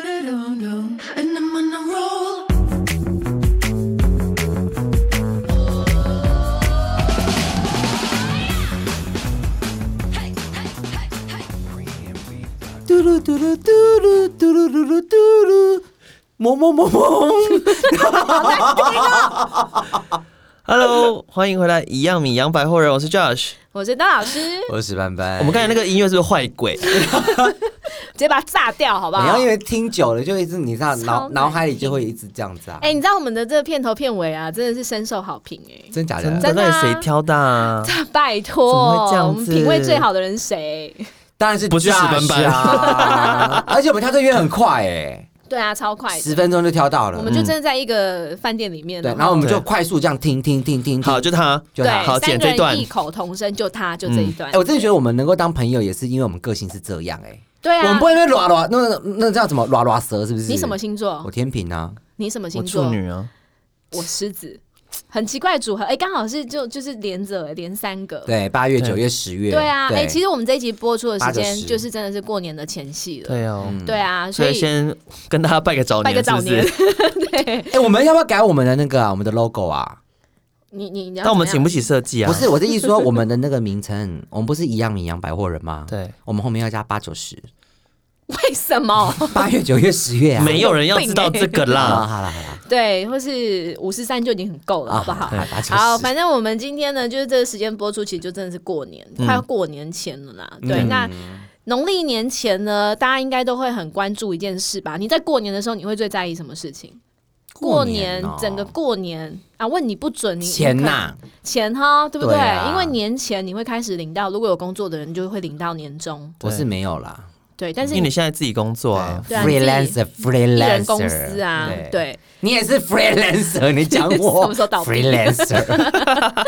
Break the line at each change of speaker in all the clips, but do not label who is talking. And I'm on a roll. Hey, hey, hey, hey.
嘟噜嘟噜嘟噜嘟噜嘟噜嘟噜，萌萌萌萌。
Hello，欢迎回来，一样米阳百货人，我是 Josh。
我是当老师，
我是史班
哎
班。
我们刚才那个音乐是不是坏 鬼？
直接把它炸掉，好不
你
好
要因？为听久了，就一直你知道脑
超难
脑海里就会一直这样子啊。
哎、你知道我们的这个片头片尾啊，真的是深受好评哎、
真假
真
的？
的，
真的
那
啊
底谁挑 的、啊？
拜
怎么
托
会这，样子
我们品味最好的人谁？
当然是
不是
Josh
史班班
啊！ 而且我们跳这约很快哎，
对啊，超快
十
的，
分钟就跳到了
我。们就真的在一个饭店里面，
嗯
对，然后我们就
对
快速这样听听听听。
好，
听
就他，
就
对
他
好，
三
剪
个
这一段嗯
人异口同声，就他就这一段
哎，，我真的觉得我们能够当朋友，也是因为我们个性是这样哎。
对
我们
啊
不，会那软软，那那那叫什么软软蛇是不是？
你什么？星座
我？天平啊。
你什么星
我处
座？
女啊，
我狮子，很奇怪的组合，哎、刚好是就就是连着、哎连三个。
对，八月、
对
九月、十月。
对啊，哎、其实我们这一集播出的时
八九
间
十
就是真的是过年的前戏了。
对哦，
嗯
对啊，
所以先跟大家拜个早年，
拜个早年
是不
对，
是
哎、我们要不要改我们的那个、啊、我们的 logo 啊？
你你你要
但我们
怎么样
请不起设计啊，
不是，我的意思说我们的那个名称，我们不是一样米阳百货人吗？，
对。
我们后面要加八九十，
为什么？
八月、九月、十月啊。
没有人要知道这个
啊，
啦，
好了好了，
对，或是五十三就已经很够了，好不好？
啊八九
好，
十。
反正我们今天呢，就是这个时间播出，其实就真的是过年，快要过年前了啦。对，那农历年前呢，大家应该都会很关注一件事吧？你在过年的时候，你会最在意什么事情？
过
过
年
年
哦
整个过年啊，问你不准你
钱呐、
你看钱哈，对不对？
对啊
因为年前你会开始领到，如果有工作的人就会领到年终，
我是没有啦。
对。但
因
是
为
你
你现在自己工作啊，
对啊你自己
freelancer
一
freelancer
人公司啊，对，
你也是 freelancer，你讲我
什么时候倒闭
freelancer？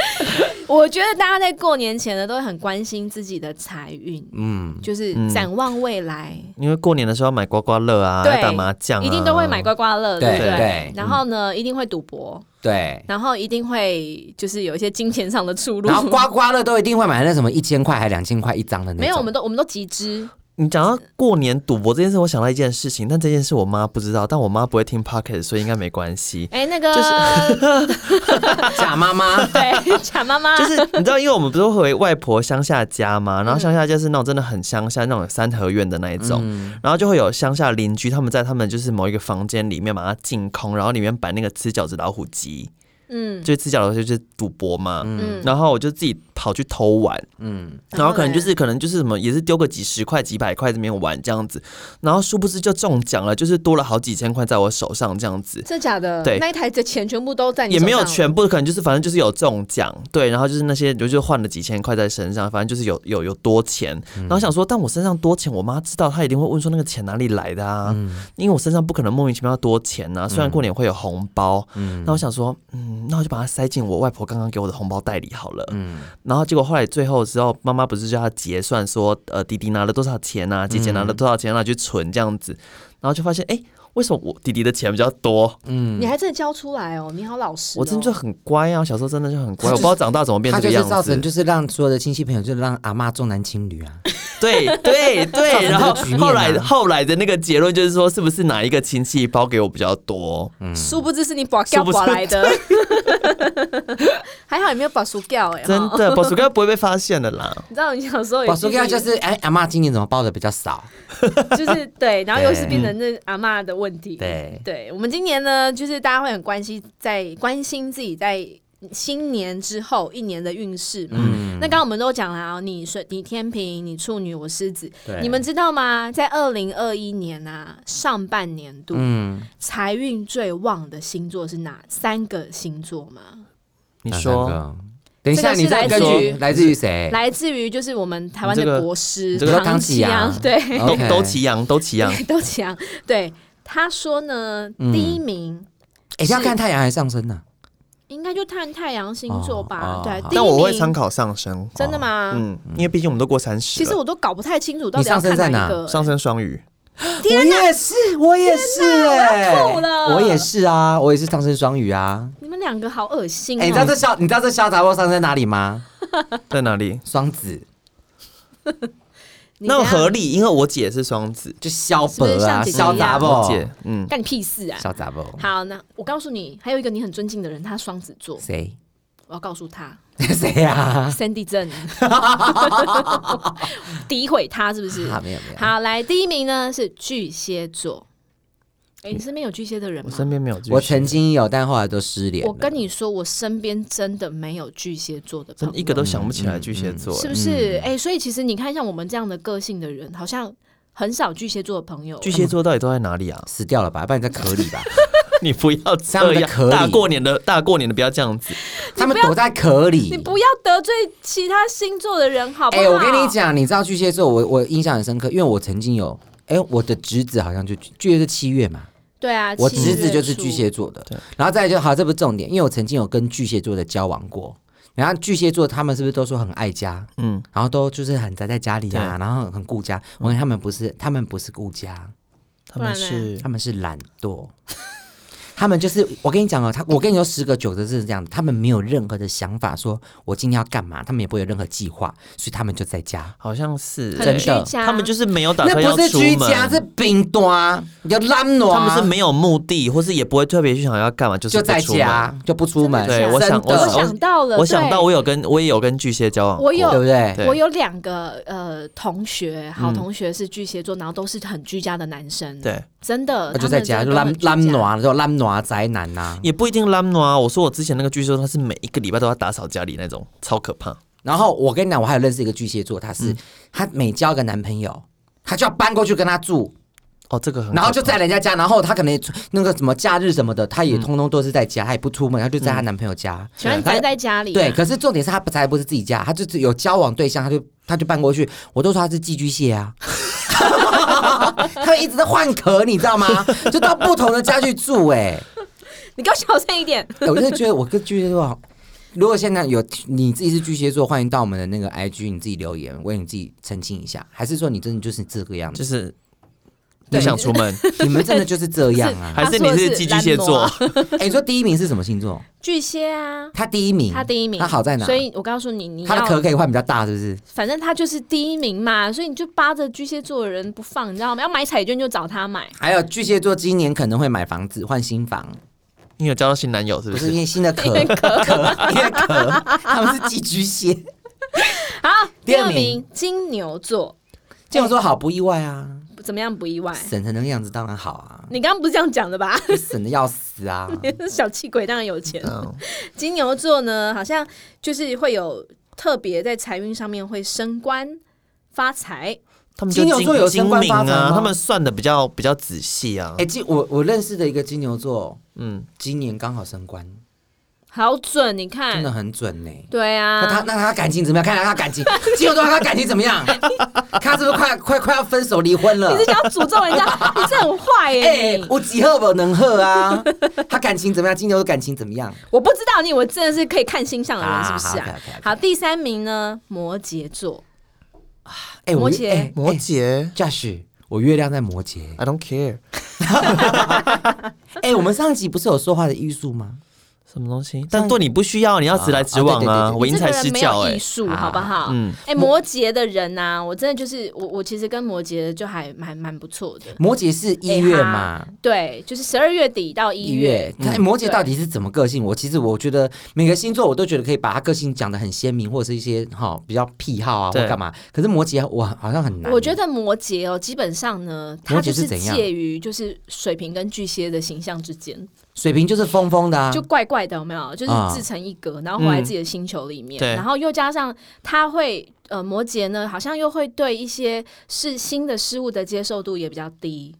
我觉得大家在过年前呢，都会很关心自己的财运，嗯，就是展望未来。
因为过年的时候要买刮刮乐嗯啊，
对
要打麻将啊，
一定都会买刮刮乐，
对
不对？
对
然后呢，一定会赌博，
对，
然后一定会就是有一些金钱上的出路。
然后刮刮乐都一定会买那什么一千块还两千块一张的那种。
没有，我们都我们都集资，
你讲到过年赌博这件事，我想到一件事情，但这件事我妈不知道，但我妈不会听 Pocket，所以应该没关系。
哎，那个。
就
假妈妈
对， 贾妈妈
就是你知道，因为我们不是会回外婆乡下家
嗯
嘛，然后乡下家是那种真的很乡下，那种三合院的那一种，
嗯
嗯
然后就会有乡下邻居，他们在他们就是某一个房间里面把它净空，然后里面摆那个吃饺子老虎机，
嗯
就是吃饺子就是赌博嘛，
嗯，
然后我就自己跑去偷玩，
嗯，
然后可能
嘞
就是可能就是什么，也是丢个几十块、几百块这边玩这样子，然后殊不知就中奖了，就是多了好几千块在我手上这样子，
真假的？
对
那一台的钱全部都在你
也没有
手上
全部，可能就是反正就是有中奖，对，然后就是那些就是换了几千块在身上，反正就是有有有多钱，然后想说，但我身上多钱，我妈知道，她一定会问说那个钱哪里来的啊，因为我身上不可能莫名其妙多钱呐、啊，虽然过年会有红包，那我想说，嗯，那我就把它塞进我外婆刚刚给我的红包袋里好了，然后结果后来最后的时候，妈妈不是叫她结算说，呃，弟弟拿了多少钱啊，姐姐拿了多少钱，拿去存这样子，然后就发现，哎、为什么我弟弟的钱比较多？
嗯
你还真的交出来哦，你好老实哦，
我真的就很乖啊，小时候真的就很
他
乖，我
就是
不知道长大怎么变
他
这
就
个
是
样
造成
子。
就是让所有的亲戚朋友就让阿妈重男轻女啊，
对 对
造成
对，
这个
然后
局面啊
后来后来的那个结论就是说，是不是哪一个亲戚包给我比较多？
嗯
殊不知是你把掉
殊不知
刮来的， 还好你没有把输掉哎，
真
哈
的，宝叔哥不会被发现的啦。
你知道你小时候也
我说要就是哎阿妈今年怎么包的比较少？
就是对，然后又是变成那阿嬷的问题。
对
对我们今年呢，就是大家会很关心在关心自己在新年之后一年的运势嘛。
嗯
嗯
那刚刚我们都讲了、哦，你水你天平，你处女，我狮子，
对
你们知道吗？在二零二一年啊，上半年度、
嗯，
财运最旺的星座是哪三个星座吗？
你
哪三
说
嗯个，等一下
这个是
你这个根
来自
据
于
来自于谁？
来自于就是我们台湾
你这
的
个
国师
哎你这个
唐
唐启
启
阳
阳，对。
都
啊 OK
都齐扬，都齐 扬。
对， 都强。对，他说呢，
嗯
第一名
哎，
是
要看太阳还上升呢？
应该就看太阳星座吧
哦。
对
哦，
第一
但我会参
名
考上升，
真的吗？
嗯，因为毕竟我们都过三十
其实
了。
我都搞不太清楚到底要
你上升
看
在
哪
哪
一个。
上升双鱼，
我也是，我也是，哎，我也是啊，我也是上升双鱼啊。
你们两个好恶心
哎，你知道这
哦！
潇，你知道这潇洒波上升哪里吗？
在哪里？
双子，
你
那
怎样
合理，因为我姐是双子，
就小
是不是
本啊，
像姐姐
小
一
杂
样
包
我，姐，嗯，
干你屁事啊！
小杂包，
好，那我告诉你，还有一个你很尊敬的人，他双子座，
谁
我要告诉他
谁啊？
，Sandy 正，诋毁他是不是？
啊，没有没有，
好，来第一名呢是巨蟹座。哎、你身边有巨蟹的人
我
吗？
身边没有巨蟹。
我曾经有，但后来都失联了。？
我跟你说，我身边真的没有巨蟹座的朋
真
友，
一个都想不起来巨蟹座，
是
欸
不是？哎、所以其实你看，像我们这样的个性的人，好像很少巨蟹座的朋友。
巨蟹座到底都在哪里啊
死掉了吧，不然你在壳里 吧。
你不要这
他们的壳里
样，大过年的大过年的不要这样子。
他们躲在壳里。
你不要得罪其他星座的人，好不好？
哎、我跟你，讲，你知道巨蟹座，我我印象很深刻，因为我曾经有，哎、我的侄子好像就巨蟹是七月嘛，
对啊，
我
七
侄子
月
就是
初
巨蟹座的，然后再来就好，这不是重点，因为我曾经有跟巨蟹座的交往过。然后巨蟹座他们是不是都说很爱家，嗯
嗯，
然后都就是很宅在家里啊，
对
然后很顾家。我跟他们不是，他们不是顾家，
他
不然
们
呢
是
他们是懒惰。 他们就是我跟你讲哦，他我跟你说十个九个是这样，他们没有任何的想法，说我今天要干嘛，他们也不会有任何计划，所以他们就在家。
好像是
很
真
居
的
家
他们就是没有打
那
算要
不是
出
居
门，
家，是冰端，你要懒暖。啊
他们是没有目的，或是也不会特别去想要干嘛，就是
就
不
在
出门
家。就不出门。
对，
真
我想，
真
我
的
我想到了
我想到
对
我有跟我也有跟巨蟹交往过，
我有
对不对？
对
我有两个呃同学，好同学是巨蟹座，然后都是很居家的男生，，
对，
真的，
那就
呃他们
在家
真
就
的都
懒
很居
懒
家。
暖，啊就懒暖宅男呐、
也不一定拉诺啊。我说我之前那个巨蟹座，他是每一个礼拜都要打扫家里那种，超可怕。
然后我跟你讲，我还有认识一个巨蟹座，他
嗯
是、他每交一个男朋友，他就要搬过去跟他住，
哦，这个很可怕，
然后就在人家家，然后他可能也那个什么假日什么的，他也通通都是在家，他也不出门，他就在她男朋友家。
嗯喜欢宅在家里，啊
对，可是重点是他不才不是自己家，他就是有交往对象，他就他就搬过去。我都说他是寄居蟹啊， 他们一直在换壳，你知道吗？就到不同的家去住、哎。
你给我小声一点。
欸我真的觉得我跟巨蟹座好。如果现在有你自己是巨蟹座，欢迎到我们的那个 IG，你自己留言，为你自己澄清一下，还是说你真的就是这个样
就
子？
是
对
不想出门，
你们真的就是这样啊？
还是你是寄居蟹座
他？说
哎、你说第一名是什么星座？
巨蟹啊，
他第一名，
他第一
嗯
名，
他好在哪？
所以我告诉你，你
他的
要
壳可以换比较大，是不是？
反正他就是第一名嘛，所以你就扒着巨蟹座的人不放，你知道吗？要买彩券就找他买。
还有巨蟹座今年可能会买房子，换新房，
你有交到新男友是
不
不
是
是
因？为新 的壳，壳，因为壳，他们是寄居 蟹。
好，
第
第
二
二
名
名金牛座，
这样说好不意外啊，
怎么样不意外？
省成那个样子当然好啊，
你刚刚不是这样讲的吧？
省的要死 啊。
小气鬼当然有钱。
哦
嗯，
金牛座呢，好像就是会有特别在财运上面会升官发财，
他们就
金牛座有
精
升官
明
发财
啊，
吗
他们算的比较比较仔细啊
哎、。金我我认识的一个金牛座，
嗯，
今年刚好升官，
好准！你
真的
看，
很准呢、
对
那他
嗯啊，
那他感情怎么样？看看他感情，金牛座他感情怎么 样？他是不是快快快要分手离婚了
你是？想要诅咒 人家，你这很坏耶、
哎、
你
我几喝不能喝啊！ 他感情怎么样？金牛座感情怎么样？
我不知道你，我真的是可以看星象的人，是不是
啊好
啊
，OK，OK，OK？
好，第三名呢，摩羯座，
哎、我
摩羯
哎
摩
哎
羯
Josh，我月亮在摩羯。
，I don't care，
哎、我们上集不是有说话的艺术吗？
什么东西？但对你不需要，你要直来直往
啊啊对对
啊，
对
我
这
因
个
材
人
施
没有
教哎
艺。术，
啊
好不好？
嗯
哎，摩羯的人呐，我真的就是我，我其实跟摩羯就还蛮蛮不错的。
摩羯是一
哎
月
哈
嘛，
对，就是十二月底到一
一
月嗯
月。，那摩羯到底是怎么个性？我其实我觉得每个星座我都觉得可以把他个性讲得很鲜明，或者是一些哈、比较癖好啊或
对
干嘛。可是摩羯我好像很难。
我觉得摩羯哦，基本上呢，它
摩羯
就是是
怎样
介于就是水瓶跟巨蟹的形象之间，
水瓶就是疯疯的啊，
就怪怪的，有没有？就是
啊嗯
自成一格，然后活在自己的星球里面，
对
然后又加上他会呃，摩羯呢，好像又会对一些是新的事物的接受度也比较低。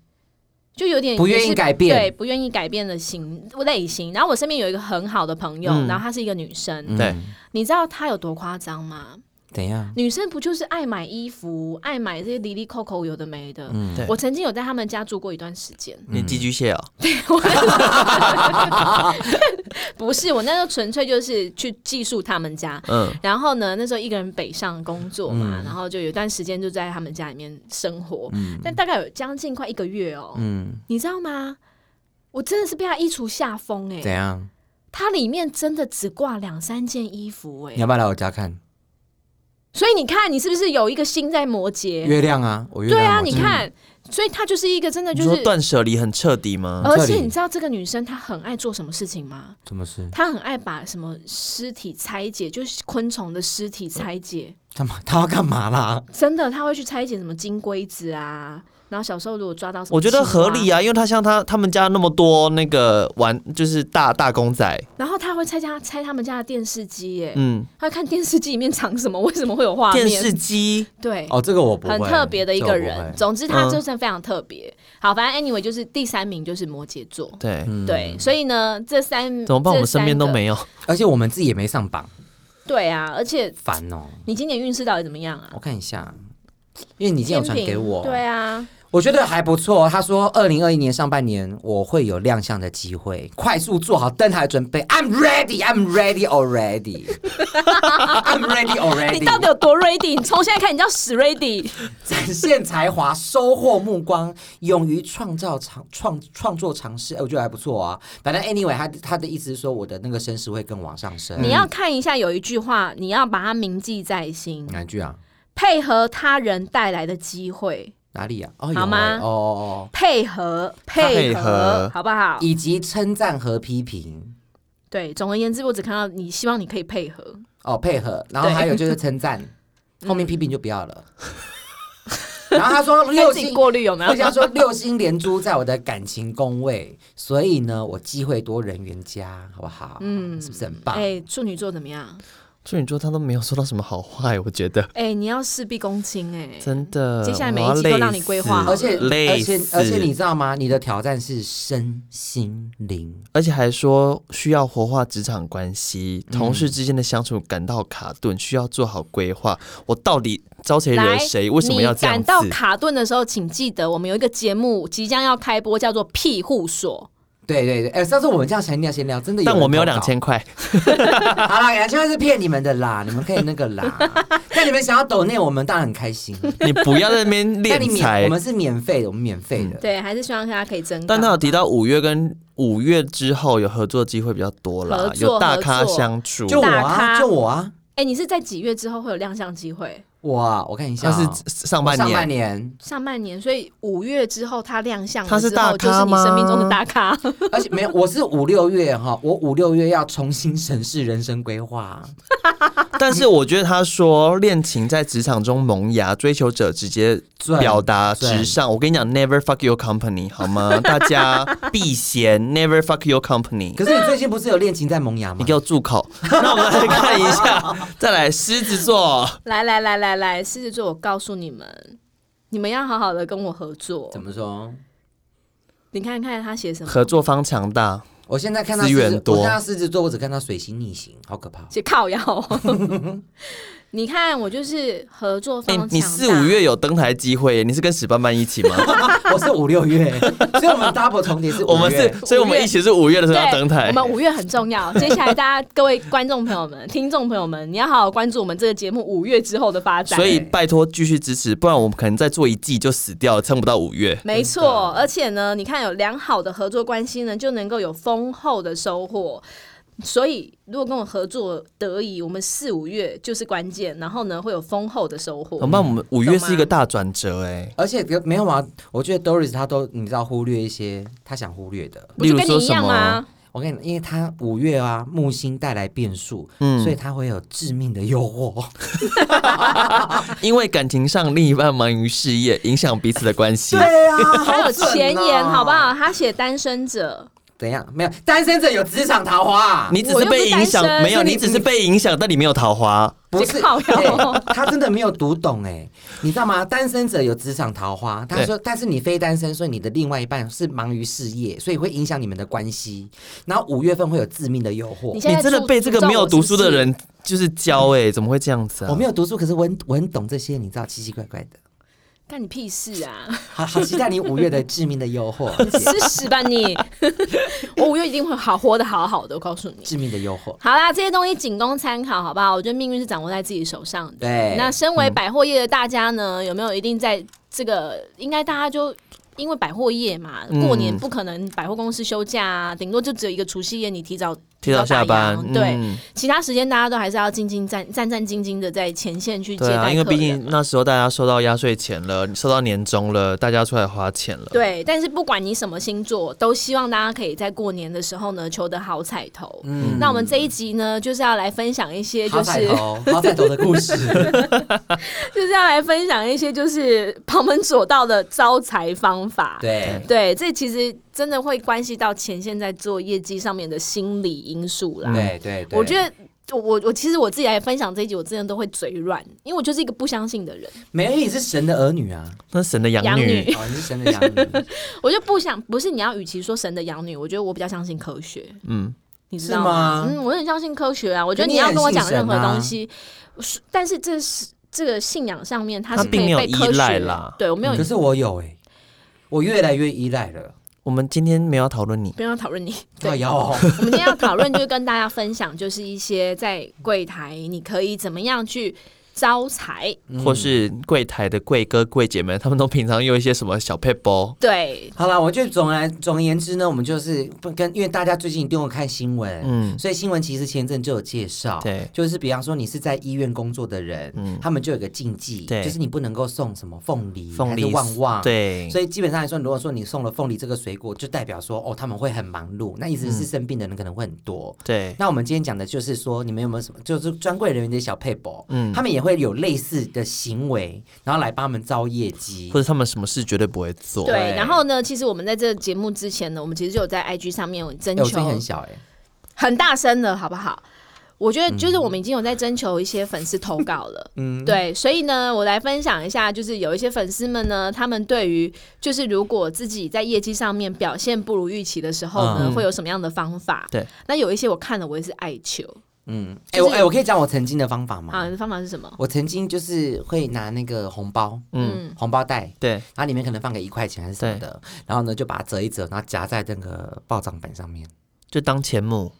就有点
不愿意
也是
改变
对，不愿意改变的型类型。然后我身边有一个很好的朋友，
嗯
然后她是一个女生，
嗯
对
你知道她有多夸张吗？
怎样？
女生不就是爱买衣服，爱买这些里里扣扣有的没的。
嗯
对
我曾经有在他们家住过一段时间，
你寄居蟹哦，
不是我那时候纯粹就是去寄宿他们家。
嗯，
然后呢，那时候一个人北上工作嘛，
嗯
然后就有一段时间就在他们家里面生活，但大概有将近快一个月哦，
嗯，
你知道吗？我真的是被他衣橱吓疯哎、
怎样？
他里面真的只挂两三件衣服哎、
你要不要来我家看？
所以你看，你是不是有一个心在摩羯？
月亮啊，我月
对
亮摩
啊，
羯
你看，所以她就是一个真的
你
就
说
是。嗯
断舍离很彻底吗？
而
这
且
里
你知道这个女生她很爱做什么事情吗？
什么事？
她很爱把什么尸体拆解，就是昆虫的尸体拆解。
干嘛？ 他要干嘛啦？
真的，她会去拆解什么金龟子啊。然后小时候如果抓到什么，
我觉得合理
啊。
啊，因为他像他他们家那么多那个玩，就是大大公仔，
然后她会拆家拆他们家的电视机，耶，
嗯，
她会看电视机里面藏什么，为什么会有画面？
电视机
对，
哦，这个我不会
很特别的一个
这我不
人。
会
总之，他
嗯
就是非常特别。好，反正 anyway 就是第三名就是摩羯座。
对，
对，所以呢，这三
嗯怎么办？我们身边
嗯这
都。
三个
没有，
而且我们自己也没上榜，
对啊，而且
烦哦。
你今年运势到底怎么样啊
我？看一下，因为你今天有传给我，
对啊，
我觉得还不错。他说，二零二一年上半年我会有亮相的机会，快速做好登台准备。I'm ready, I'm ready already, I'm ready
你到底
already。
有多 ready？你从现在看你叫死 ready。
展现才华，收获目光，勇于创造尝创创作尝试，哎我觉得还不错啊。反正 anyway，他他的意思是说，我的那个身世会更往上升。
你要看一下有一句话，你要把它铭记在心，
嗯
哪一句啊？
配合他人带来的机会，
哪里啊？哦，有
好吗
欸哦哦
配合
配
配
合
合，好不
哦
好，？
以及称赞和批评。
对，总而言之，我只看到你，希望你可以配合。
哦，配合，然后还有就是称 赞，后面批评就不要了。
嗯
然后他说六
自己
星，
过滤有没有
人？家说六星连珠在我的感情宫位，所以呢，我机会多，人缘佳，好不好？嗯，是不是很
啊
棒？
哎，处女座怎么样？
处女座他都没有说到什么好坏，我觉得
哎、你要事必躬亲哎、
真的。
接下来每
我
一集
要
都让
累
你规划
死
好
而且而
累
且
死
而且你知道吗？你的挑战是身心灵，
而且还说需要活化职场关系，同事之间的相处感到卡顿，需要做好规划。我到底招谁惹
来，
谁？为什么要这样
你感
子？
到卡顿的时候，请记得我们有一个节目即将要开播，叫做“庇护所
对对对。哎，上次我们这样闲聊闲聊，真的
但
人
我没有
投稿
两千块，
好啦，两千块是骗你们的啦，你们可以那个啦。但你们想要抖内，我们当然很开心。
你不要在那边
但你 免，
敛
我
财。嗯
们是免费的，我们免费的”。。
对，还是希望大家可以增高。
但他有提到五月跟五月之后有合作机会比较多
合
啦，
作
有大
合
咖
作
相处，
就我
大
啊，
咖
就我啊，
哎、你是在几月之后会有亮相机会？
我啊，我看一下
他
啊、
是
我
上半
上半
年，
年，
上半年，所以五月之后他亮相了
他是
之后
大咖
就是你生命中的
吗
大咖。
而且没有，我是五六月哈，我五六月要重新审视人生规划。
但是我觉得他说恋情在职场中萌芽，追求者直接
准
表达
准
直上。我跟你讲，never fuck your company 好吗？大家避嫌，never fuck your company。
可是你最近不是有恋情在萌芽
你
吗
给？我 住口！那我们来看一下，再来狮子座，
来来来来来，狮子座，我告诉你们，你们要好好的跟我合作
怎。么说？
你看看他写什么？
合作方强大，
我现在看到
资
狮
源
子，
多
我看到狮子座，我只看到水星逆行，好可怕。
写靠腰。 你看，我就是合作
哎、
方强大。
你四五月有登台机会耶，你是跟史斑斑一 起吗？
我是五六 月，所以我们 double 重叠是
我
五
们
月
是，。所以我们一起是五月的时候要
对，
登台
我。们五月很重要。接下来，大家各位观众朋友们、听众朋友们，你要好好关注我们这个节目五月之后的发展。
所以拜托继续支持，不然我们可能再做一季就死掉了，撑不到五月。
没错，而且呢，你看有良好的合作关系呢，就能够有丰厚的收获。所以，如果跟我合作得以，我们四五月就是关键，然后呢，会有丰厚的收获
怎。么办？我们五月
懂吗
是一个大转折、哎。
而且没有啊，我觉得 Doris 她都你知道忽略一些她想忽略的。
不就跟你一样啊 吗？
我跟你，因为他五月啊，木星带来变数，所以他会有致命的诱惑。
因为感情上另一半忙于事业，影响彼此的关系。
啊，
还有前言，好不
好？啊
好？他写单身者，
怎样？没有，单身者有职场桃花、
你只
我
是
又不
被影响
单，身
没有，
所以
你
你
只是被影响，但你没有桃花。
不是、
靠腰
欸他真的没有读懂哎、你知道吗？单身者有职场桃花，他说，但是你非单身，所以你的另外一半是忙于事业，所以会影响你们的关系。然后五月份会有致命的诱惑
你。现在
你真的
诅
被这个没有读书的。
诅咒我是不是
人就是教哎、怎么会这样子啊？
我没有读书，可是我很我很懂这些，你知道奇奇怪怪的。
干你屁事啊！
好好期待你五月的致命的诱惑，
吃屎吧你！ 我五月一定会好活得好好的，我告诉你。
致命的诱惑。
好啦，这些东西仅供参考，好不好？我觉得命运是掌握在自己手上的。
对
那身
嗯
为百货业的大家呢，有没有一定在这个？应该大家就因
嗯
为百货业嘛，过年不可能百货公司休假啊，顶多就只有一个除夕夜你提早
踢到下班
到大，洋
嗯
对，其他时间大家都还是要兢兢战战战兢兢的在前线去接
对
待客
啊，
人。
因为毕竟那时候大家收到压岁钱了，收到年终了，大家出来花钱了，
对，但是不管你什么星座，都希望大家可以在过年的时候呢求得好彩头。嗯，那我们这一集呢，就是要来分享一些，
好
就
彩
是
头，好彩头的故事，
就是要来分享一些，就是旁门左道的招财方法。
对，
对，这其实真的会关系到前线在做业绩上面的心理因素啦。
对对对，
啊我觉得。我我其实我自己来分享这一集，我真的都会嘴软，因为我就是一个不相信的人，
美人鱼是神的儿女啊，
那神的
养
养
女
女，
哦，你是神的养女，
我就不想不是你要，与其说神的养女，我觉得我比较相信科学，
嗯，
你知
是
道
吗
嗯，我很相信科学啊，我觉
可
得你
你也
要跟我
很信
讲任何
神啊
东西，是但是这是这个信仰上面它
它
是可
并没
以
有
被科
依赖
学
啦
对我 没有
可是我有哎、我越来越依赖了。
我们今天没有要讨论你，
不要讨论你，对哦
哎，呦，
我们今天要讨论就是跟大家分享，就是一些在柜台你可以怎么样去招财。
嗯
或是柜台的柜哥柜姐们，他们都平常用一些什么小 p a p e
对，
好啦，我觉得总来总而言之呢，我们就是不跟，因为大家最近一定有看新闻，
嗯
嗯，所以新闻其实前阵就有介绍，
对
就是比方说你是在医院工作的人，
嗯
他们就有个禁忌，
对
就是你不能够送什么凤梨、
凤梨
还是旺旺，。
对，
啊所以基本上来说，如果说你送了凤梨这个水果，就代表说哦，他们会很忙碌，那意思是生病的人可能会很多。
对，
那我们今天讲的就是说，你们有没有什么，就是专柜人员的小配博，嗯，
嗯
他们也会有类似的行为，然后来帮他们招业绩
或。者他们什么事绝对不会做，
对，然后呢？其实我们在这个节目之前呢，我们其实就有在 IG 上面征
哎我
求
声音很小哎、
很大声的好不好？我觉得就是我们已经有在征求一些粉丝投稿了，嗯，对，所以呢，我来分享一下，就是有一些粉丝们呢，他们对于就是如果自己在业绩上面表现不如预期的时候呢，
嗯
会有什么样的方法？
对，
那有一些我看了，我也是爱求
嗯，哎、
就是
我哎、我可以讲我曾经的方法吗？
啊，你的方法是什么？
我曾经就是会拿那个红包，
嗯，
红包袋，
对，
然后里面可能放个一块钱还是什么的，然后呢就把它折一折，然后夹在那个报账本上面。
就当钱母，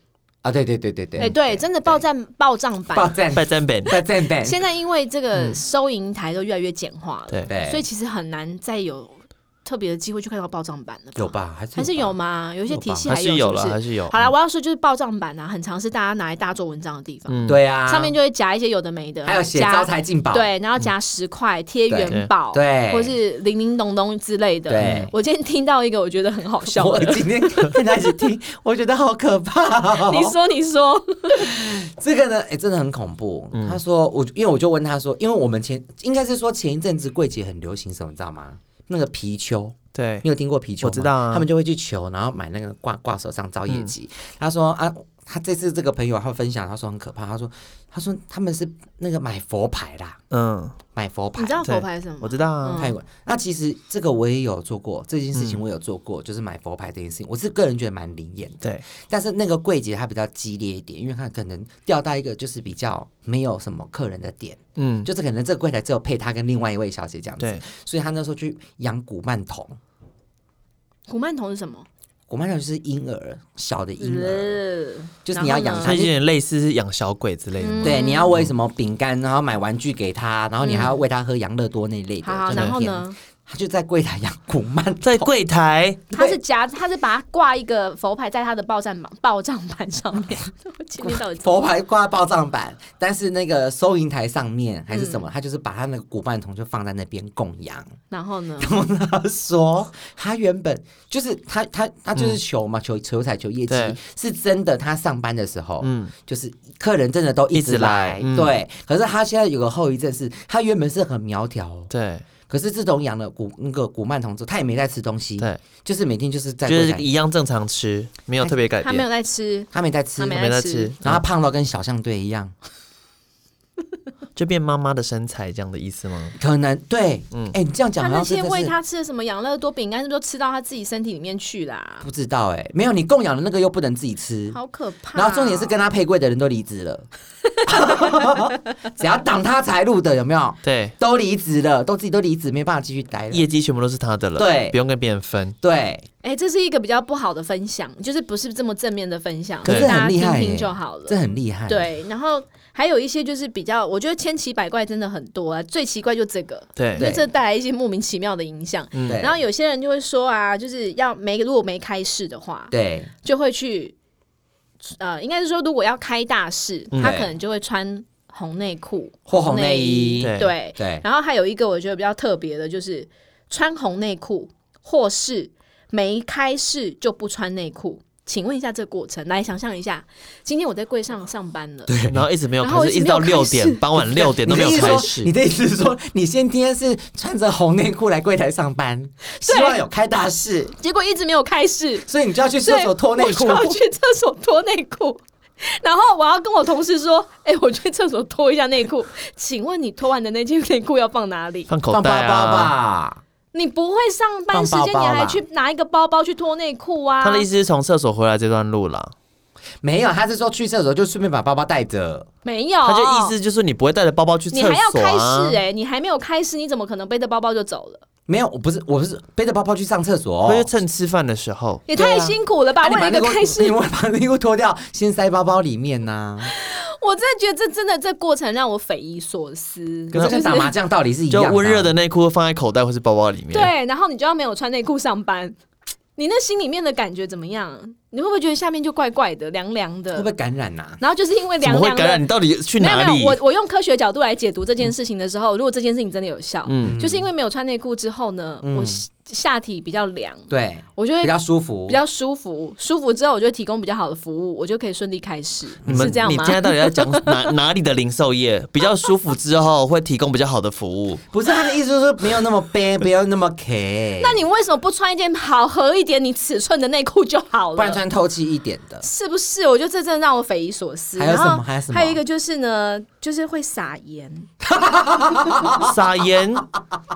啊，对对对对对，
哎、对，真的报账报账
报
版，
站
拜占本，
报站本，
现在因为这个收银台都越来越简化了，
对，
对，
所以其实很难再有特别的机会去看到报账版了吧。
有吧？还是
还是
吧
有？吗？有一些体系
还
有
是
是
有
不
了，还
是？
是有。
好
嗯
啦，我要说就是报账版啊，很常是大家拿来大做文章的地方，
嗯，
对啊，
上面就会夹一些有的没的，
还有写
夹
招财进宝，嗯
对，然后夹十块贴元宝，
对对
或是零零咚咚之类的。
对
我今天听到一个我觉得很好笑
我
的，
今天跟他一起 听，我觉得好可怕、哦。
你说你说，
这个呢，哎、真的很恐怖。他说，我因为我就问他说，因为我们前应该是说前一阵子柜姐很流行什么，你知道吗？那个貔貅，
对
你，有听过貔貅吗？
哎我知道啊
他们就会去求，然后买那个挂挂手上招业绩。他说啊，他这次这个朋友他分享，他说很可怕。他说，他说他们是那个买佛牌啦，
嗯，
买佛牌
你知。道
对
佛牌是什么
我
吗？
知道啊，
泰国，那其实这个我也有做过，这件事情我有做过，就是买佛牌这件事情，我是个人觉得蛮灵验的。
对，
但是那个柜姐她比较激烈一点，因为她可能调到一个就是比较没有什么客人的点，
嗯，
就是可能这个柜台只有配她跟另外一位小姐这样子
对，
所以她那时候去养古曼童，
古曼童是什么？
古曼童就是婴儿小的婴儿，
呃
就是你要
然
养
后
它
它
呢
有点类似是养小鬼之类的，
对，你要喂什么饼干，然后买玩具给她，然后你还要喂她喝养乐多那一类的，
嗯好好，
就那
然后
天？
呢？
她就在柜台养古曼童，
在柜台，
他是夹，他是把它挂一个佛牌在他的报站榜报账板 上面。我今天到底
佛牌挂在报账板，但是那个收银台上面还是什么，他就是把他那个古曼童就放在那边供养。
然后呢？
他说他原本就是他他他就是求嘛，求求财求业绩
对
是真的。他上班的时候，
嗯
嗯，就是客人真的都一
一直
直
来
来，
嗯
对。可是他现在有个后遗症是，他原本是很苗条哦、
对
可是自从养了古那个古曼童之后，他也没在吃东西，
对，
就是每天就是在
就
柜
是
台
一样正常吃，没有特别改
他没有在
变，
吃，
他没在吃，
他没
然
有
没
在
在
吃
吃，嗯
后他胖到跟小象队一样。
就变妈妈的身材这样的意思吗？
可能对，嗯，哎、你这样讲
他
好像真
那些
的是
喂他吃的什么养乐多饼干，是不是都吃到他自己身体里面去啦？
不知道哎、没有你供养的那个又不能自己吃，
好可
嗯
怕、
然后重点是跟他配柜的人都离职了， 只要挡他财路的有没有？
对，
都离职了，都自己都离职，没办法继续待了。
业绩全部都是他的了，
对
不用跟别人分，
对，
哎、这是一个比较不好的分享，就是不是这么正面的分享，
可
就是是大家
很厉害
听
耶
听就好了。
这很厉害。，
对，然后还有一些就是比较，我觉得千奇百怪真的很多啊，最奇怪就这个，
对
因为
对
这带来一些莫名其妙的影响。
嗯
对
然后有些人就会说啊，就是要没如果没开市的话，
对，
就会去呃，应该是说如果要开大事，
嗯
他
对
可能就会穿红内裤
或红内衣
对
对，
对，
然后还有一个我觉得比较特别的，就是穿红内裤，或是没开市就不穿内裤。请问一下这个过程，来想象一下，今天我在柜上上班了，
然后一直没有
然后
开
我
始，
一直
一直到
没有
六
开
点
始，
傍晚六点都
你
没
的
有
意思
开
说，你
始。
的意思是说，你今天是穿着红内裤来柜台上班，希望有开大事，
结果一直没有开市，
所以你就要去
所
厕
以
所脱内裤
我。就要去厕所脱内裤。 然后我要跟我同事说，哎、我去厕所脱一下内裤，请问你脱完的那件内裤要放哪里？
放口
放包
袋
包
啊！
吧，
你不会上班时
放
间
包
你
包啦
还去拿一个包包去脱内裤啊？
他的意思是从厕所回来这段路啦，
没有，他是说去厕所就顺便把包包带着。
没有，
他就意思就是你不会带着包包去厕
你
所
还要开
啊
市。哎、你还没有开市，你怎么可能背着包包就走了？
没有，我不是，我不是背着包包去上厕所、
他就
哦。
趁吃饭的时候，
也太辛苦了吧！
啊你
为了
把
一个
内裤
开市
你，会把内裤脱掉，先塞包包里面呐、
我真的觉得这真的这过程让我匪夷所思。
可是 跟打麻将道理是一样
就
的、啊。
温热的内裤放在口袋或是包包里面。，
对，然后你就要没有穿内裤上班，你那心里面的感觉怎么样？你会不会觉得下面就怪怪的、凉凉
会不
的
会？感染呐、啊？
然后就是因为
怎
凉
么会
凉
感染？
的
你。到底去
没
哪
有
里？
没有，我我用科学角度来解读这件事情的时候，如果这件事情真的有效，
嗯
就是因为没有穿内裤之后呢，我下下体比较凉，
对，
我就会
比较舒服，
比较舒服，舒服之后我就会提供比较好的服务，我就可以顺利开始，
你们
是这样
你
吗
现？在到底在讲哪哪里的零售业比较舒服？之后会提供比较好的服务。
不是他的意思，就是没有那么悲， 不要那么 K，
那你为什么不穿一件好合一点、你尺寸的内裤就好
不然
了？
穿透气一点的。
是不是？我觉得这真的让我匪夷所思。
还有
然后
什么还有什么
一个就是呢，就是会撒盐。
撒盐，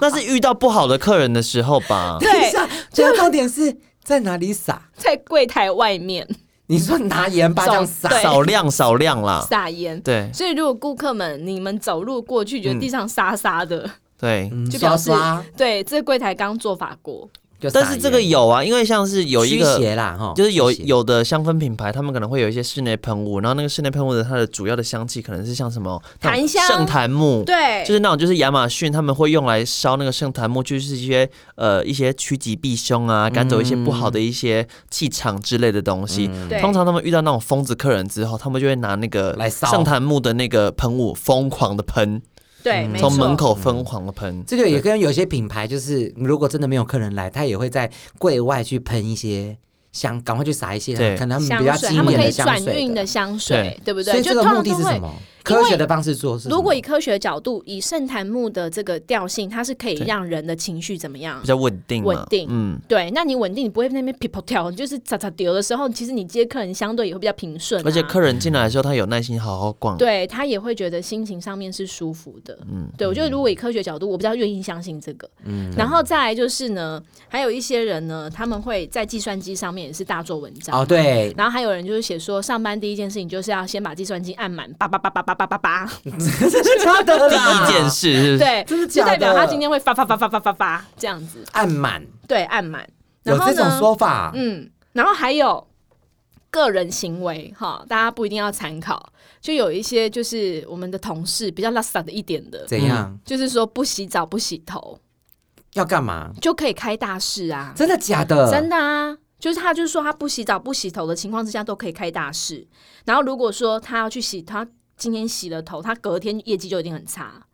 那是遇到不好的客人的时候吧？
对
等一下，这个重点是在哪里撒？
在柜台外面
你说拿盐巴这样撒，
对
少量少量
哦
啦。
撒盐，
对
所以如果顾客们你们走路过去，觉得地上沙沙的，
对，
嗯
就表示
刷刷
对这柜台刚做法过。
就撒
但
盐
是这个有啊，因为像是有一
驱
个。
邪啦，哈，
就是有
驱邪
有的香氛品牌，他们可能会有一些室内喷雾，然后那个室内喷雾的它的主要的香气可能是像什么那种
檀香
圣檀木，
对，
就是那种就是亚马逊他们会用来烧那个圣檀木，就是一些呃一些趋吉避凶
嗯
啊，赶走一些不好的一些气场之类的东西。
嗯对
通常他们遇到那种疯子客人之后，他们就会拿那个
来烧
圣檀木的那个喷雾疯狂的喷，
嗯
对，没错嗯
从门口疯狂的喷。
这就也跟有些品牌，就是如果真的没有客人来，他也会在柜外去喷一些香，赶快去撒一些
对
可能他们
香
比较
水，他
经
们
典
可以
的香
转
水
运
的
的香水，对不对？
所以
就
这个
通
目
常
的
都
是
会
什么？科学的方式做是什么？
如果以科学角度，以圣檀木的这个调性，它是可以让人的情绪怎么样
比？较稳定嘛，
稳定
嗯，
对，那你稳定，你不会在那边 people 跳，你就是擦擦丢的时候，其实你接客人相对也会比较平顺、啊，
而且客人进来的时候，他有耐心好好逛，
对啊他也会觉得心情上面是舒服的。嗯，对我觉得如果以科学角度，我比较愿意相信这个。嗯，然后再来就是呢，还有一些人呢，他们会在计算机上面也是大做文章。
哦， 对，
然后还有人就是写说，上班第一件事情就是要先把计算机按满，叭叭叭叭叭叭叭叭，
这是真的
第
啦
一件事是不是
对，
真的
就
假
代表
的
他今天会发发发发发发发这样子，
按满，
对，按满。
有
然后
这种
呢，
说法，
嗯，然后还有个人行为哈，大家不一定要参考，就有一些就是我们的同事比较拉萨的一点的，
怎
嗯
样？
就是说不洗澡不洗头
要干嘛？
就可以开大事啊，
真的假的？
真的啊。就是他，就是说他不洗澡、不洗头的情况之下都可以开大事。然后如果说他要去洗，他今天洗了头，他隔天业绩就一定很差。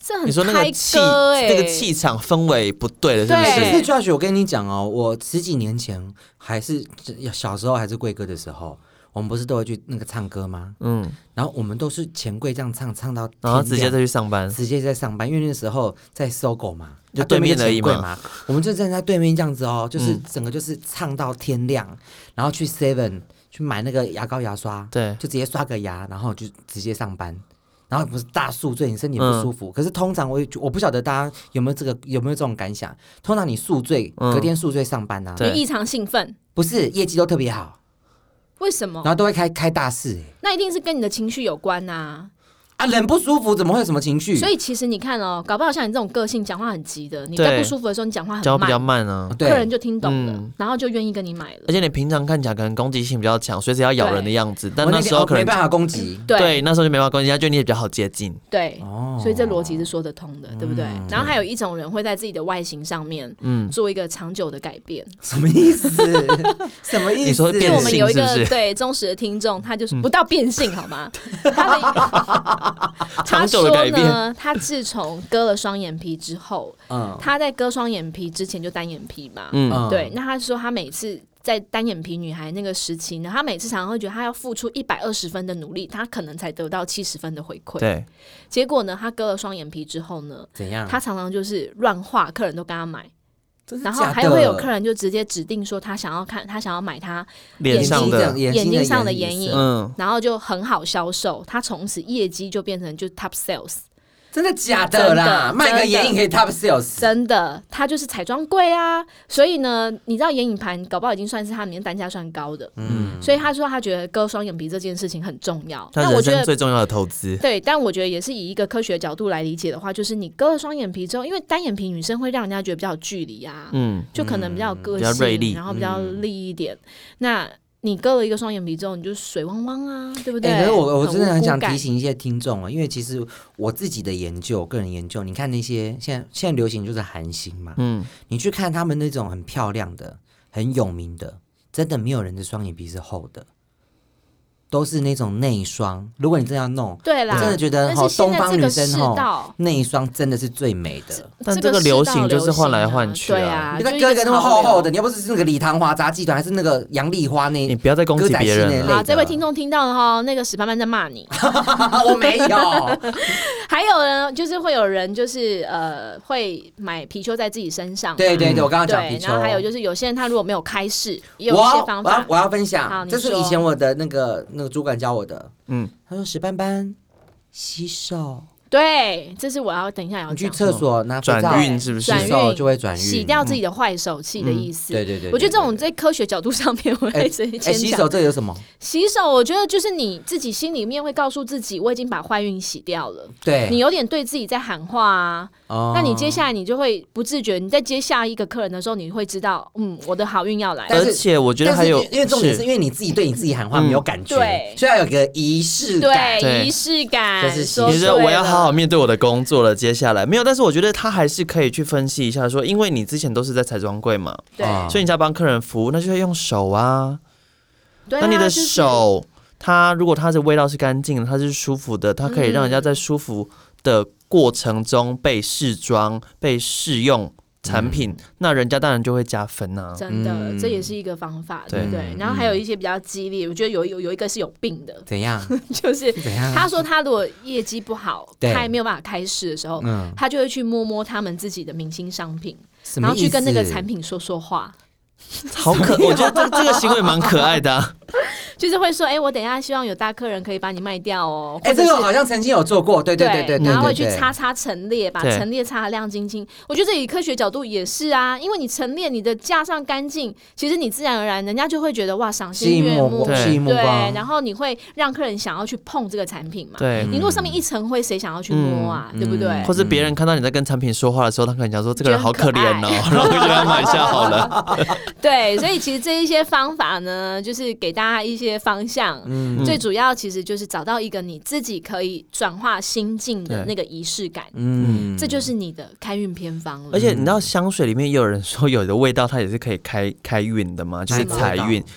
这很
你说那个
开
气，
歌哎、
那个气场氛围不对了，是不
可
是？
是 Josh，我跟你讲哦，我十几年前还是小时候还是贵哥的时候，我们不是都会去那个唱歌吗？
嗯，
然后我们都是钱柜这样唱，唱到
然后
天
直接
亮
再去上班，
直接在上班，因为那时候在搜狗嘛，
就
啊对
对面而
钱
已
柜
嘛
嘛，我们就站在对面这样子哦，就是
嗯
整个就是唱到天亮，然后去 Seven 去买那个牙膏牙刷，
对
就直接刷个牙，然后就直接上班。然后不是大宿醉，你身
嗯
体不舒服。可是通常我也我不晓得大家有没有这个有没有这种感想。通常你宿醉，
嗯
隔天宿醉上班啊，
对
异常兴奋，
不是业绩都特别好，
为什么
哦
然？后都会开开大事、欸
那一定是跟你的情绪有关呐、
啊，人不舒服怎么会有什么情
嗯
绪？
所以其实你看哦，搞不好像你这种个性，讲话很急的，你在
对
不舒服的时候，你讲话
讲
很
话比较
慢，
慢啊，
对
客人就听懂了，
嗯
然后就愿意跟你买了
而。且你平常看起来可能攻击性比较强，随时要咬人的样子，但
我
那
天
时候
哦
可
没
能
办法攻击。
对
那时候就没办法攻击，他觉得你也比较好接近。
对，
哦
所以这逻辑是说得通的，对不对？
嗯
然后还有一种人会在自己的外形上面，嗯，做一个长久的改变。
什么意 思？什么意思？
你说
因为
变
我们
性
有一个
是不是
对忠实的听众，他就是不到变性好吗？他的他
嗯长久的
说
改变，
呢，他自从割了双眼皮之后，
嗯
他在割双眼皮之前就单眼皮嘛，
嗯，
嗯
对，那他说他每次在单眼皮女孩那个时期呢，他每次常常会觉得他要付出一百二十分的努力，他可能才得到七十分的回馈。
对，嗯
结果呢，他割了双眼皮之后呢，
怎样？
他常常就是乱画，客人都跟他买，
真是
然后
假的
还会有客人就直接指定说他想要看，他想要买他，
脸上
眼睛
的
的，眼
眼睛上的
眼
眼
影
影
嗯，
然后就很好销售，他从此业绩就变成就 top sales，
真的假的
真
啦？
的
卖个眼影可以 top sales，
真的，他就是彩妆柜啊，所以呢，你知道眼影盘搞不好已经算是他里面单价算高的，
嗯，
所以他说他觉得割双眼皮这件事情很重要，
他
但我
人
觉
生
得。
最重要的投资，
对，但我觉得也是以一个科学角度来理解的话，就是你割了双眼皮之后，因为单眼皮女生会让人家觉得比较有距离啊，
嗯，
就可能比较有个
比
性，
较锐利嗯
然后比较利一点。那你割了一个双眼皮之后，你就水汪汪啊，对不对？
哎，可是我我真的
无
很
辜
想
感
提，醒一些听众啊，因为其实我自己的研究，个人研究，你看那些现在现在流行就是韩星嘛，
嗯，
你去看他们那种很漂亮的、很有名的，真的没有人的双眼皮是厚的，都是那种内双。如果你真的要弄，
对
我
啦，
真的觉得
但
哈，
是现
东
在
方
这
女
个世
生哈，
道。
内双真的是最美的。
但
这
这个
世道
流
流
行就是换来
行啊
换去
对
啊
啊，
你
就
那
一
哥
个
哥那么
潮
厚
流
厚的，。你又不是那个礼堂华杂技团，还是那个杨丽花
你
那？
不要再攻击别人
歌仔戏那类
了。
好，这位听众听到了哈，那个史班班在骂你。
我没有。
还有呢，就是会有人就是呃，会买貔貅在自己身上嘛。
对
嗯
对对，我刚刚讲
对
貔，
然后
貅，
还有就是有些人他如果没有开市，也有一
我
些
要
方
我要
法
我。要分
好
享，
你
这是
说
以前我的那个那个主管教我的。
嗯，
他说石斑斑洗手，
对，这是我要等一下要
你去
哦讲。
厕所拿肥皂
哦转运是不是？
转
洗
运
手就会转运，嗯
洗掉自己的坏手气的意思。
对。对对，
我觉得这种
对
在科学角度上面，我会先
对哎，
先
洗
讲
手。这有什么？
洗手，我觉得就是你自己心里面会告诉自己，我已经把坏运洗掉了。
对，
你有点对自己在喊话啊，
哦
那你接下来你就会不自觉，你在接下一个客人的时候，你会知道，嗯，我的好运要来了。
但是
而且我觉得
但
还
是
有，
因为重点是因为你自己对你自己喊话没有感觉，
嗯对
所以要有个仪式感。
对
对，仪式感
这是。洗
说
其实
对
我要
了
好好面对我的工作了。接下来没有，但是我觉得他还是可以去分析一下说因为你之前都是在彩妆柜嘛，
对
啊
所以你在帮客人服务，那就要用手啊。
对啊，
那你的
就是
手，它如果它的味道是干净的，它是舒服的，它可以让人家在舒服的过程中被试妆、被试用产品，那人家当然就会加分 呐、啊。
真的
嗯，
这也是一个方法，对不
对
对？然后还有一些比较激烈，我觉得有有有一个是有病的，
怎样？
就是
怎样？
他说他如果业绩不好，
对
他也没有办法开市的时候，
嗯，
他就会去摸摸他们自己的明星商品，
什
然
么
后
意思？
去跟那个产品说说话，
好可， 我觉得这这个行为蛮可爱的啊、
就是会说，哎、我等一下希望有大客人可以把你卖掉哦，
哎，
或者
这
是
个我好像曾经有做过，对对对对，对
然后会
对
去
对
擦擦陈列，把
对
陈列擦的亮晶晶。我觉得这以科学角度也是啊，因为你陈列你的架上干净，其实你自然而然人家就会觉得哇赏
吸
心
引
悦
目
目
光，，
对
吸引目
对，
光，
然后你会让客人想要去碰这个产品嘛。
对
你如果上面一层灰，谁想要去摸啊？
嗯
对不对？
或是别人看到你在跟产品说话的时候，他可能讲说这个人好可怜哦，
觉得
然后就给他买一下好 了。
对，所以其实这一些方法呢，就是给大家一些方向。
嗯
最主要其实就是找到一个你自己可以转化心境的那
对
个仪式感，
嗯
这就是你的开运偏方了。
而且你知道香水里面也有人说有的味道它也是可以开开运的嘛，就
哪
是
一种
财
味
运
道，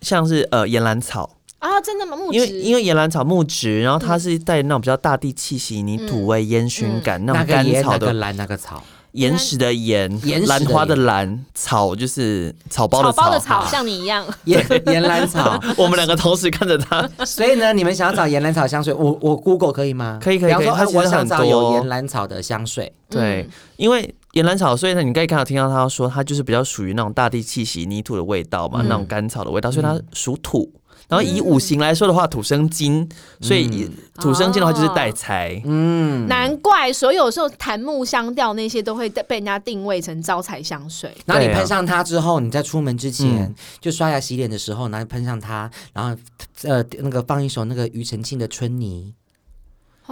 像是呃岩兰草。
啊，真的吗？木
因为因
质
为岩兰草木质，然后
嗯
它是带那种比较大地气息、泥土味、烟熏感，那
那
种
个
甘
盐
草
那个
的
蓝那个草，
岩石的岩
岩石的，
兰花的兰，草就是草包
草
的
包的
草。
草，像你一样。
岩岩兰草。
我们两个同时看着它，
嗯
所以呢，你们想要找岩兰草香水，我我 Google 可以吗？
可以可以
比方
可以
说，
它
哎
其实
我想找
很
有
多
岩兰草的香水，
对，因为岩兰草，所以呢，你可以看到听到他说，它就是比较属于那种大地气息、泥土的味道
嗯
嘛，那种甘草的味道，所
嗯
以它属土。然后以五行来说的话，土生金，所以
嗯
土生金的话就是带
哦
财。
嗯，
难怪所有时候檀木香调那些都会被人家定位成招财香水。
然后你
对啊
喷上它之后，你在出门之前
嗯
就刷牙洗脸的时候，然后喷上它，然后呃那个放一首那个庾澄庆的《春泥》，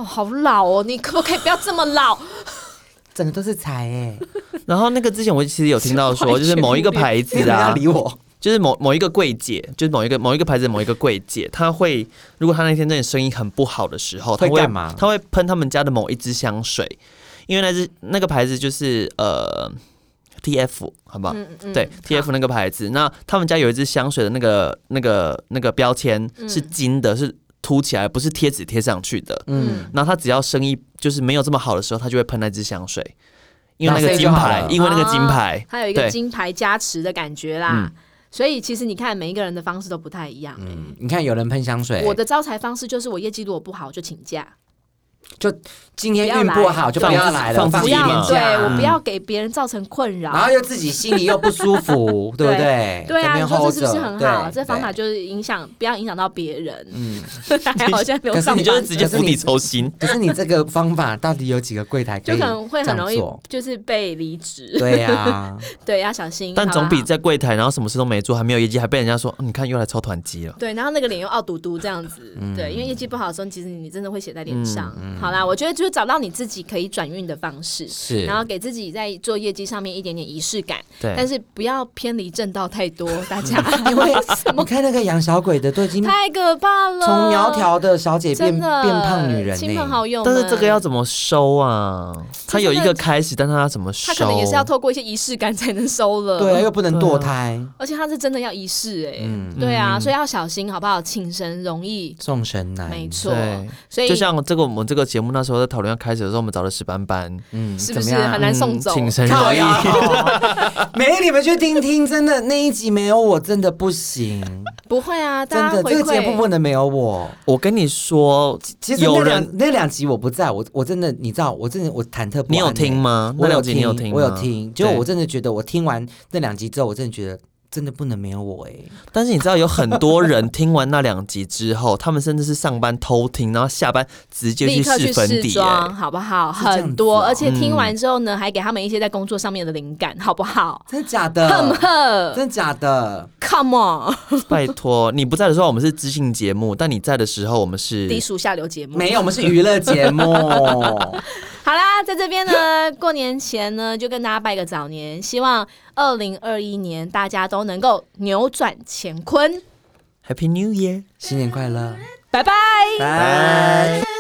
哦，好老哦，你可不可以不要这么老？
整个都是财哎、
然后那个之前我其实有听到
完
说，
全
就是某一个
不一样
牌子
你不
的、啊
要，理我。
就是某某一个柜姐，就是某一个某一个牌子的某一个柜姐，她会如果她那天真的生意很不好的时候，她
会
会
干嘛
她会喷他们家的某一支香水，因为那支那个牌子就是呃 T F 好不好？
嗯嗯
对 T F 那个牌子，那他们家有一支香水的那个那个那个标签
嗯
是金的，是凸起来，不是贴纸贴上去的。
嗯，
然后他只要生意就是没有这么好的时候，他就会喷那支香水，因为
那
那个
所以
金
就好
牌
了，
因为那个金
啊
牌，
它有一个
对嗯
金牌加持的感觉啦。所以其实你看，每一个人的方式都不太一样。
嗯你看有人喷香水，
我的招财方式就是我业绩如果不好我就请假，
今天运不好就不要来了，
放嗯自
不
己
要
一
嘛
天
对
假
我不要给别人造成困扰。
然后又自己心里又不舒 服，对不对？
对啊，
在那边
你说这
hold
是不是
着
很好？啊
对
这方法
对
就是影响，不要影响到别人。嗯， 还好现在没有
可是
上班，
你就是直接釜底抽薪。
可是你这个方法到底有几个柜台可
就
以
可能会很容
这样
易
做
就是被离职。
对呀，
对，要小心。
但
好
总
啦
比在柜台，然后什么事都没做，还没有业绩，还被人家说，嗯你看又来抽团机了。
对，然后那个脸又傲嘟嘟这样子，
嗯
对，因为业绩不好的时候，其实你真的会写在脸上。好啦，我觉得就是找到你自己可以转运的方式，
是
然后给自己在做业绩上面一点点仪式感，
对
但是不要偏离正道太多，大家
因为
什
你
么
看那个养小鬼的都已经
太可怕了，
从苗条的小姐变
真的
变胖女人
亲朋
呢。
好友们，
但是这个要怎么收啊？它有一个开始，但它要怎么收？
他可能也是要透过一些仪式感才能收了，
对啊，嗯又不能
对啊
堕胎，
而且他是真的要仪式哎、对啊，所以要小心好不好？请神容易，
众神难。
没错，
对，
所以
就像这个我们这个节目那时候在讨论要开始的时候，我们找了史班班，
嗯，
是不
怎么
是
样
很难送
嗯
走？
请神容
靠
易。
腰没你们去听听，真的那一集没有我真的不行，
不会啊，
真
大家
的
回
这个节目不
馈。
能没有我。
我跟你说，
其实
有
那两
人
那两集我不在，我我真的你知道，我真的我忐忑不安。欸
你有听？吗？
我
那
有
两集
听，
你有听吗？
我有听。就
对
我真的觉得，我听完那两集之后，我真的觉得真的不能没有我哎、
但是你知道有很多人听完那两集之后， 他们甚至是上班偷听，然后下班直接
立刻去
试粉
试
底、欸
妆，。好不好？
是这样子
很多，
哦
而且听完之后呢，还给他们一些在工作上面的灵感，好不好？
真的假的？
哼哼
真的假 的？
，Come on，
拜托，你不在的时候我们是知性节目，但你在的时候我们是
低俗下流节目。
没有，我们是娱乐节目。
好啦，在这边呢，过年前呢，就跟大家拜个早年，希望二零二一年大家都能够扭转乾坤，
Happy New Year。
新年快乐，
拜拜。
拜。